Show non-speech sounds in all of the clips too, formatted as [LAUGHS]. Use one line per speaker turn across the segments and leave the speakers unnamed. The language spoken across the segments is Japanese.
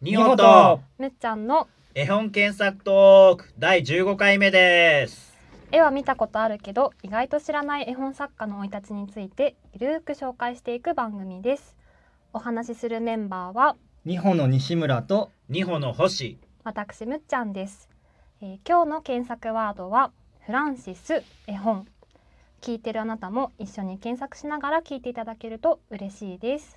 ニホと
むっちゃんの
絵本検索トーク第15回目です
絵は見たことあるけど意外と知らない絵本作家の生い立ちについてゆるーく紹介していく番組ですお話しするメンバーは
二歩の西村と
ニホの星
私むっちゃんです、えー今日の検索ワードはフランシス絵本聞いてるあなたも一緒に検索しながら聞いていただけると嬉しいです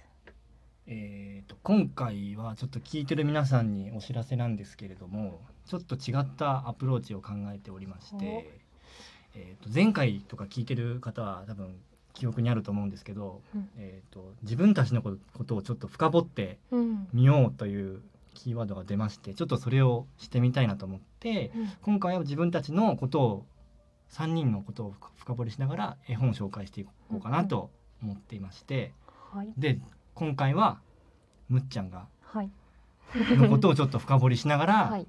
えーと今回はちょっと聞いてる皆さんにお知らせなんですけれどもちょっと違ったアプローチを考えておりまして、えー、と前回とか聞いてる方は多分記憶にあると思うんですけど、
うん
えー、と自分たちのことことをちょっと深掘って
うん、
みようというキーワードが出ましてちょっとそれをしてみたいなと思って今回は自分たちのことを3人のことを深深掘りしながら絵本を紹介していこうかなと思っていまして。
はい
で今回はむっちゃんが
はい
のことをちょっと深掘りしながら、
はい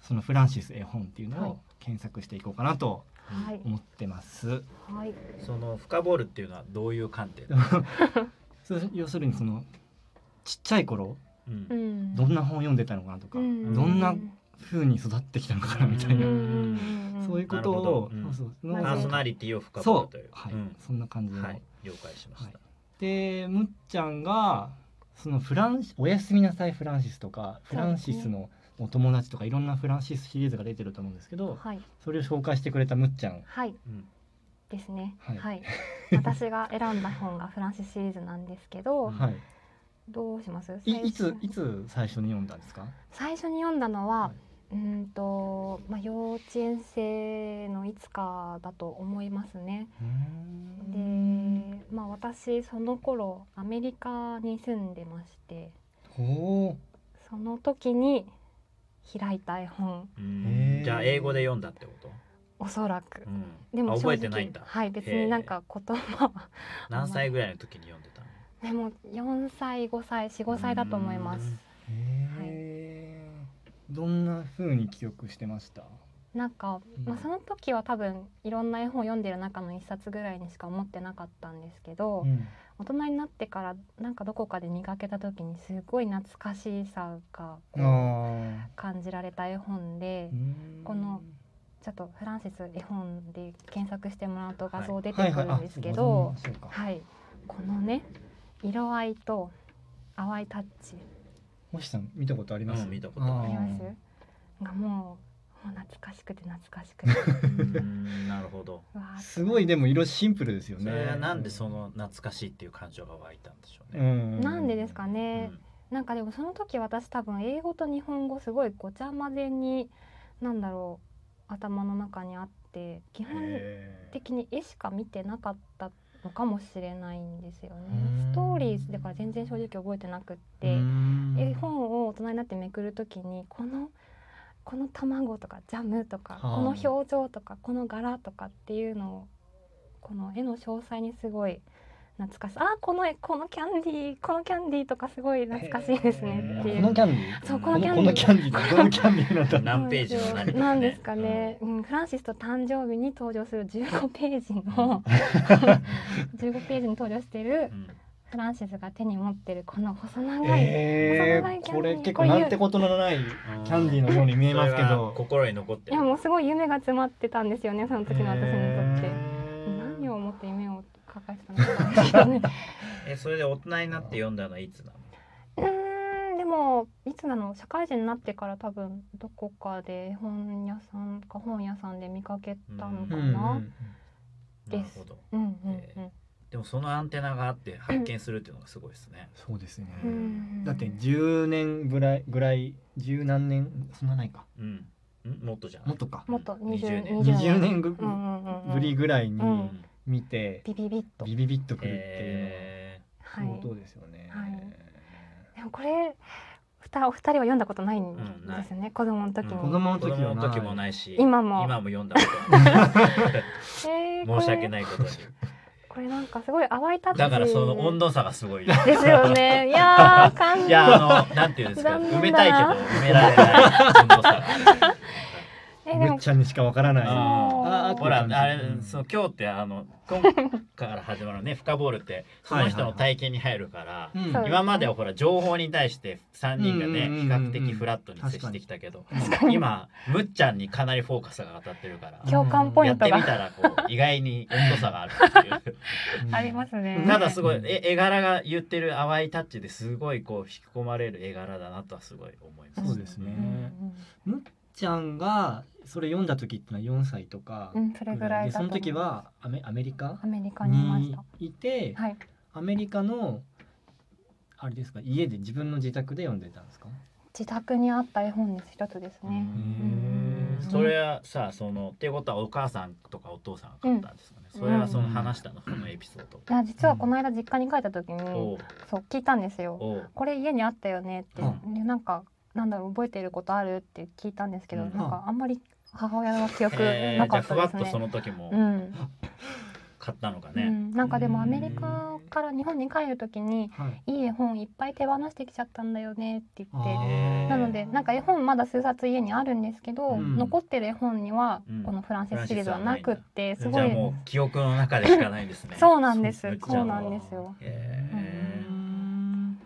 そのフランシス絵本っていうの
はい
を検索していこうかなと
はい
思ってます。
はい
その深掘るっていうのはどういう観点、
そう要するにそのちっちゃい頃
う、
うんん
どんな本を読んでたのかなとか、
うん
どんな風に育ってきたのかなみたい
うんう
な、
んうん
そういうことを、
なるほどうん
そうそう
ま
パー
ず
ソ
の
ナリティを深掘
そ
ると
う
いう
はい、
うん
そんな感じの。
はい、了解しました、
はいでむっちゃんがそのフランシ「おやすみなさいフランシス」とか「フランシスのお友達」とかいろんなフランシスシリーズが出てると思うんですけど
はい
それを紹介してくれたむっちゃん
はい
うん
ですね。は。
はいい
[LAUGHS]
私が選んだ本がフランシスシリーズなんですけど、
うん
はい
どうします？
い
最初
いついつ最初に読んだんですか
最初に読んだのは
は、
うーんと、まあ幼稚園生のいつかだと思いますね。で、まあ私その頃アメリカに住んでまして、
ほ
その時に開いた絵本、
うん
へー
じゃあ英語で読んだってこと、
おそらく
う。ん、
でも
あ覚
正直
えてないんだ
はい、別になんか言葉 [LAUGHS] は
何歳ぐらいの時に読んでたの
でも4歳5歳45歳だと思います
うん
うへえ、どんな風に記憶してました
なんか、まあ、その時は多分いろんな絵本を読んでる中の一冊ぐらいにしか思ってなかったんですけど、
うん
大人になってからなんかどこかで見かけた時にすごい懐かしさがこう
あ
感じられた絵本で
ー、うん
このちょっとフランセス絵本で検索してもらうと画像出
は
て
い
く
は
る
いあ
んですけ
ご
ど、
存知でしょうか
はい、このね色合いと淡いタッチ
星さん見たことあります
うん見たことあ
ありますがもうもう懐かしくて懐かしく
[LAUGHS]
て
うんなるほど
うわー
すごいでも色シンプルですよ
それ
[LAUGHS] ね
は。なんでその懐かしいっていう感情が湧いたんでしょう
う
ね、
ん
なんでですか
うん
ね、なんかでもその時私多分英語と日本語すごいごちゃ混ぜになんだろう頭の中にあって基本
へー
的に絵しか見てなかったのかもしれないんですよ
う
ね
ん
ストーリーだから全然正直覚えてなくって
うん
絵本を大人になってめくる時にこのこの卵とかジャムとか
はあ
この表情とかこの柄とかっていうのをこの絵の詳細にすごい懐かしいあーこの絵このキャンディーこのキャンディーとかすごい懐かしいですね
へー
ってい
こ
う
のキャンディー。
そうこ
こ
の
の
キ
キ
ャンデ
ャ
ィー
ンディー。このキャンディーなんだ
な何ページの何かね
なんですかね、うん、フランシスと誕生日に登場する15ページの15ページに登場してる
うん
フランシスが手に持ってるこの細長い、
え
はい
えこれ結構なんてことのないキャンディーのように見えますけ
それが
ど。
心に残って
いやもうすごい夢が詰まってたんですよねその時の私にとって。
へー
何を思って夢を抱えてたのか [LAUGHS] な
えそれで大人になって読んだのはいつなの
うーんでもいつなの社会人になってから多分どこかで絵本屋さんか本屋さんで見かけたのか
うん
な。
なる
です
ほど
うんうん
でもそのアンテナがあって発見するっていうのがすごいですね、
そうですね。
うんうん。
だって10年ぐらいぐらい10何年そんなないか
うん、んもっとじゃない
もっとか
もっと
20
20
年
20
20年ぐ
うんうんうんうん
ぶりぐらいに
うん
うん
見て
ビビビッと。
ビビビッとくるっていうのは
え
はい。
相当
で
ですよね。
はいもこれふたお二人は読んだことないん
うんない
ですよね、子供の時に。
うん
子供
ー、
の
子
時
供
は
の
ない
時もないし
今も
今も読んだことは
[LAUGHS] えーこ
ない
れ
申し訳ないことに
これなんかすごい淡いタッチ。
だからその温度差がすごいよ
ですよね。いやー感じ。
[LAUGHS] いやあのなんていうんですか
残
埋
念
め
だ
たいけ
な
ど埋められない温度差が
ええ
む
で
っ
も
ちゃんにしかわからない。
あ
あー
ほらあれ、
うん
そう今日ってあの [LAUGHS] 今回から始まるねフカボールってその人の体験に入るから、
うん
そう
今まではほら情報に対して3人がね
うんう
比
んうんうん
較的フラットに接してきたけど
確
今むっちゃんにかなりフォーカスが当たってるから
今
共感ポイ
や
ン
っ
ト
てみ
が
たらこう意外に温度差がある [LAUGHS] っていう
うん
[LAUGHS] ありますね。
ただすごいえ絵柄が言ってる淡いタッチですごいこう引き込まれる絵柄だなとはすごい思います。
そうです
う
ね
んうん
ちゃんがそれ読んだ時ってのは4歳とか
うん、それぐらい
で
だ
そ
と思
の
う
時はアメアメリカ
アメリカにいまし
に
た。
いて
はい、
アメリカのあれですか家で自分の自宅で読んでたんですか
自宅にあった絵本です一つです
う
ね。
ん
へー
それはさそのっていうことはお母さんとかお父さんが買ったんですかね、
うん
それはその話したのそのエピソード
いや実はこの間実家に帰った時に、
おう
そう聞いたんですよ。
おう
これ家にあったよねって、
う
でなんかなんだろう覚えてることあるって聞いたんですけど、
うん
なんかあんまり母親の記憶
えー、
な
じ
か
ゃあ
った
ふわ
で
っ
す
とそ
ね。
の時も
うん、
買ったのか
う
ね、
ん、なんかでもアメリカから日本に帰る時に
はい
いい絵本いっぱい手放してきちゃったんだよねって言って
ー
なのでなんか絵本まだ数冊家にあるんですけど、
うん
残ってる絵本には
うん
このフランセスシリーズはなくってす
じ
ご
ゃあ
い
もう記憶の中でしかないですね
そうなんです
そう
そうなんですよ。
へー
うん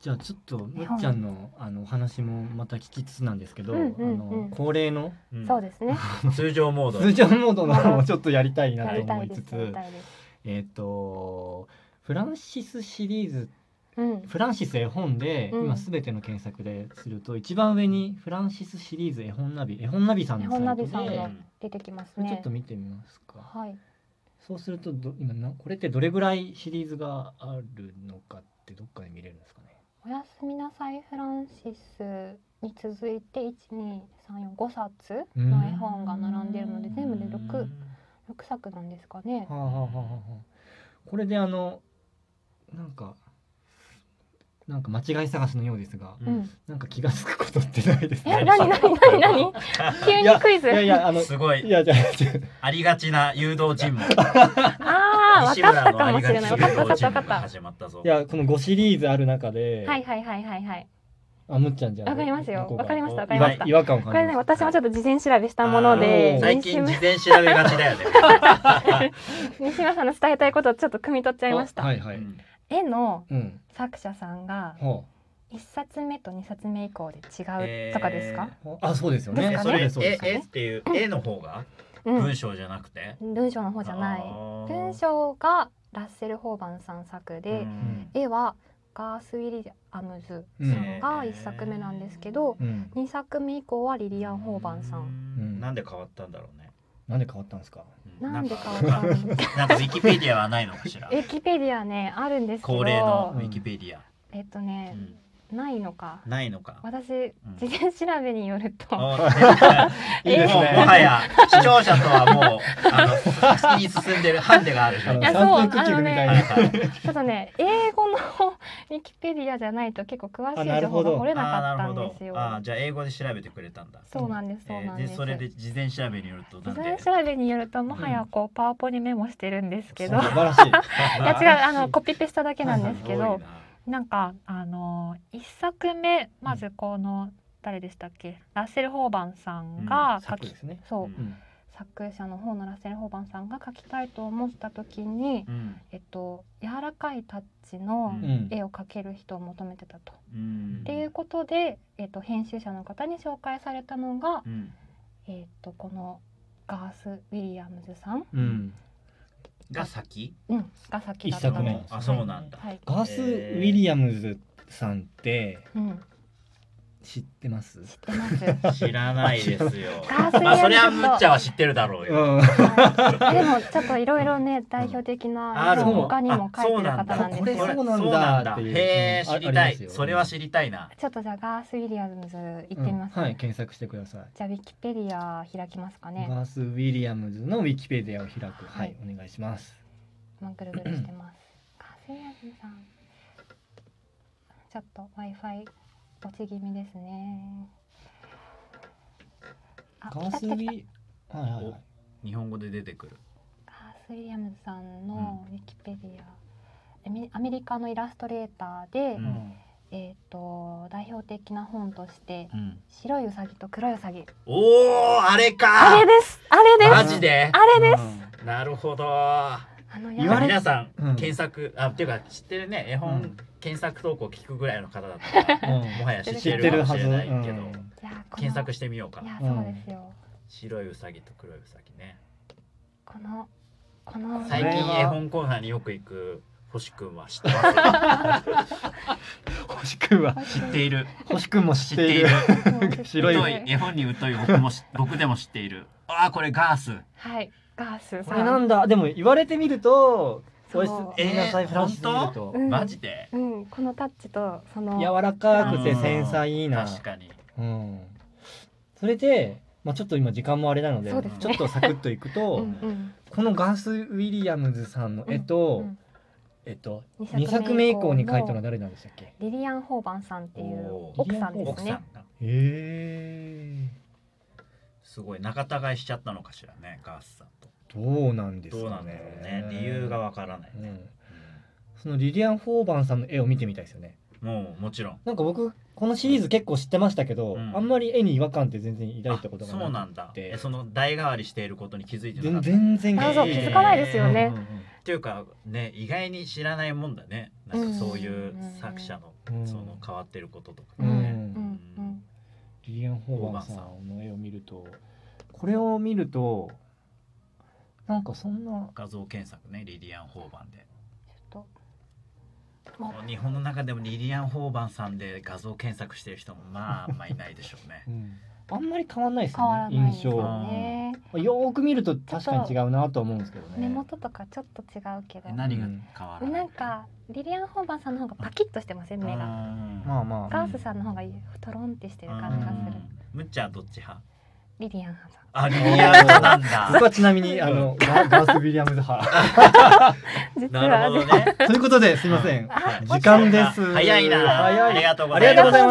じゃあちょっとむっちゃんのあのお話もまた聞きつつなんですけど、
うんうんう
あの
ん
恒例の
うん
そうですね
通常モード
通常モードの方
は
も
い
ちょっとやりたいな
や
と
りた
思
い
い
で
つ
す
つ、
やりたいです
えっ、とフランシスシリーズ
うん
フランシス絵本で、
うん
今すべての検索ですると一番上にフランシスシリーズ絵本ナビ絵本ナビさんのサイ
絵
ト
本ナビ
で
さんの出てきます
それちょ
ね
っと見てみますか。
はい
そうするとど今なこれってどれぐらいシリーズがあるのかってどっかで見れるんですかね。
おやすみなさいフランシスに続いて12345冊の絵本が並んでいるので
うん
全部で
う
6,
ん
6作なんですかね
はあ、はあはあはあ、これであのなんかなんか間違い探しのようですが、
うん
うん
なんか気が付くことってないです
え
ね。
何何何何急にクイ
い
ズ
やいやあのい
すごい
やじゃあ。
ありがちな誘導尋問
ああ分
西
かっ
村
た
の
か
あ
も
り
しれ
が
ない
ち
分
誘
かっ
導
た分か
尋問が
った分かっ
始まったぞ
いやこの5シリーズある中で、
たはいはいはいはいはい
あむっちゃんじゃん
わかりますよ
どこが
わかりまし
わ
た
か
わか
り
り
まし
ましたた
違和感を
こ
感
れ
じま
ね
す
私もちょっと事前調べしたもの
あ
で
ー
最
西
近
村 [LAUGHS]
事前調べがちだよね、
西村さんの伝えたいことをちょっと汲み取っちゃいまし
あ
た
はいは
う
い。
ん
絵の
うん。
作者さんが
は
1冊目と2冊目以降で違うとかですか、
あ。あそうですよね。
で
え
すか
そ
ね
れ
そう
え
ですそう
え
で
っ
す。
ていう絵の方が
う
文
ん
章じゃなくて、
文章の方じゃない文章がラッセル・ホーバンさん作で、
うん
絵はガース・ウィリアムズさんが1作目なんですけど、
うん。
2作目以降はリリアン・ホーバンさん。
うん
なんで変わったんだろうね。
なんで変わったんですか。
なんで変わった
なんか
の
[LAUGHS] なんかウィキペディアはないのかしら
ウ。ィキペディアねあるんですけ
恒例の
ど
ウィキペディア、
えっとね、ないのか
うんないのか。
私事前調べによると、
お
いいです
もうも
ね。
はや視聴者とはもうあの [LAUGHS] 先に進んでるハンデがある
あの
いや
三
そ
点
う
クッキングみたい
はい
な。
はい
ちょっとね英語の [LAUGHS] ウィキペディアじゃないと結構詳し
あ
い
なる
情
ほ
報
ど
が掘れな
あー
か
なる
った
ほ
ん
ど
ですよ。
あーじゃあ英語で調べてくれたんだ。
そうなんです、そうなん
え
で
ー
す。
でそれで事前調べによるとな
事
んで
前調べによるともはやこう、パワポにメモしてるんですけど、い
素晴らし
[LAUGHS]
い。
や違うあのコピペしただけなんですけ
すごい
ど、
な
なんかあの一作目まずこの、誰でしたっけラッセル・ホーバンさんが書
作
き、
ですね。
そう、
うん
うん。
作者の方のラッセル・ホーバンさんが書きたいと思った時に、
うん
えっと柔らかいタッチの
うん。
絵を描ける人を求めてたと。
うん
っていうことで、えっと編集者の方に紹介されたのが、
うん
えっとこのガース・ウィリアムズさん、
うん。
が先
うん、が先だった
一作目
あそうなんだ。
はい、
ガースウィリアムズさんって
うん、
知ってます。
知ってます。はい
知らないです
[LAUGHS]
よ。
ガースウィリアムズと
まあそれはむっちゃんは知ってるだろう
う
よ。
ん。
でもちょっといろいろね代表的な
ある
絵
の
本他にも書いてる方
あ
なんですけ
あそうなんだ
ど、
これっていう
へえ
うんあ
知り
あ
た
ります
い。
よ
それは知りたいな。
ちょっとじゃあガース・ウィリアムズ行ってみます、
うんはい、検索してくださ
じゃあウィキペディア開きますか
い。
ね。
ガースウィリアムズのウィキペディアを開く。は
はい
い、お願いします。
まあ、ぐるぐるしてます。ガース・ウィリアムズさん、ちょっと Wi-Fi 落ち気味ですね。あ、
ガ
来た
ー
来
スウ
た来た。
ィ。はいはいはい。
日本語で出てくる。
ガース・ウィリアムズさんのウィキペディア、アメアメリカのイラストレーターで、
うん
えっ、と代表的な本として
うん
白いウサギと黒いウサギ
おーあれ
あ
か
れですあれです
マジで
あれです
うん
なるほどあ
あの
言われ
皆さん、
うん
検索あっていうか知ってるね絵本、
うん
検索投稿聞くぐらいの方
[LAUGHS]
だったら
うん
もはや知
知
っ
ってて
る
る
か
は
もし
ず
れないけど、
うん
いや
検索
し
してみようか
いやそうですよ、
白いウサギと黒いウサギね
このこの
最
これ
近
は
絵本コーナーによく行く星くんは知ってます
星くん
[LAUGHS]
は [LAUGHS]
知っている
星くんも知
知
っ
って
て
い
い
る
る
疎
白
い
い
絵本に疎い僕もし僕でも知っているああこれガース
はいガース
こ
さ
れなんんだでも言われてみると
そう
ご
え
めんなさいフランス見ると
うん
マジで
うんこのタッチとその
柔らかくて繊細いいな
確かに
うんそれでまあちょっと今時間もあれなので
そうですね
ちょっとサクッといく
[LAUGHS] う
と
んうん
このガース・ウィリアムズさんの絵
う
と
ん
えっと
二
2作目以降に描いたのは誰なんでしたっけ
リリアン・ホーバンさんっていう
おー
奥さんで
奥
す
さ
ね
んが
へえ
すごい仲違いしちゃったのかしらねガースさんと
どうなんですかね
どうなんだろうね理由がわからないね、
うんそのリリアン・フォーバンさんの絵を見てみたいですよね
うんもうもちろん
なんか僕このシリーズ結構知ってましたけど、
うん
あんまり絵に違和感って全然抱いたこと
あそう
が
な
なん
だ
くて
えその代替わりしていることに気づいてなか
全
った
全然
あそう気づかないですよね、
っていうかね意外に知らないもんだねなんかそういう作者の
うん
その変わってることとか
うん
う
ね、
ん
うん
リリアン・ホーバンさんの絵を見るとこれを見るとなんかそんな
画像検索ねリリアン・ホーバンで
ちょっともう
日本の中でもリリアン・ホーバンさんで画像検索してる人もまああんまいないでしょ
[LAUGHS]
うね
あんまり変わんないです
変わ
よ
ら
ね
ないで
印
すよ
象
ね
よーく見ると確かに違うなとは思うんですけどね
根元とかちょっと違うけど
え何が変わらない
なんかリリアン・ホーバンさんの方がパキッとしてません目が
まあ
あ
まあ
ガースさんの方がトロンってしてる感じがする
むっちゃんどっち派
リリアンさん
あリリアン派なんだ
僕はちなみにあ
[LAUGHS]
のガガース・ウィリアムズ派
実
な
は
るほどね
ということですいません
[LAUGHS] あ
はい
[LAUGHS] 時間です
早いな
早い
ありがとうご
あ
ざ
り
い
が
ます
とうございます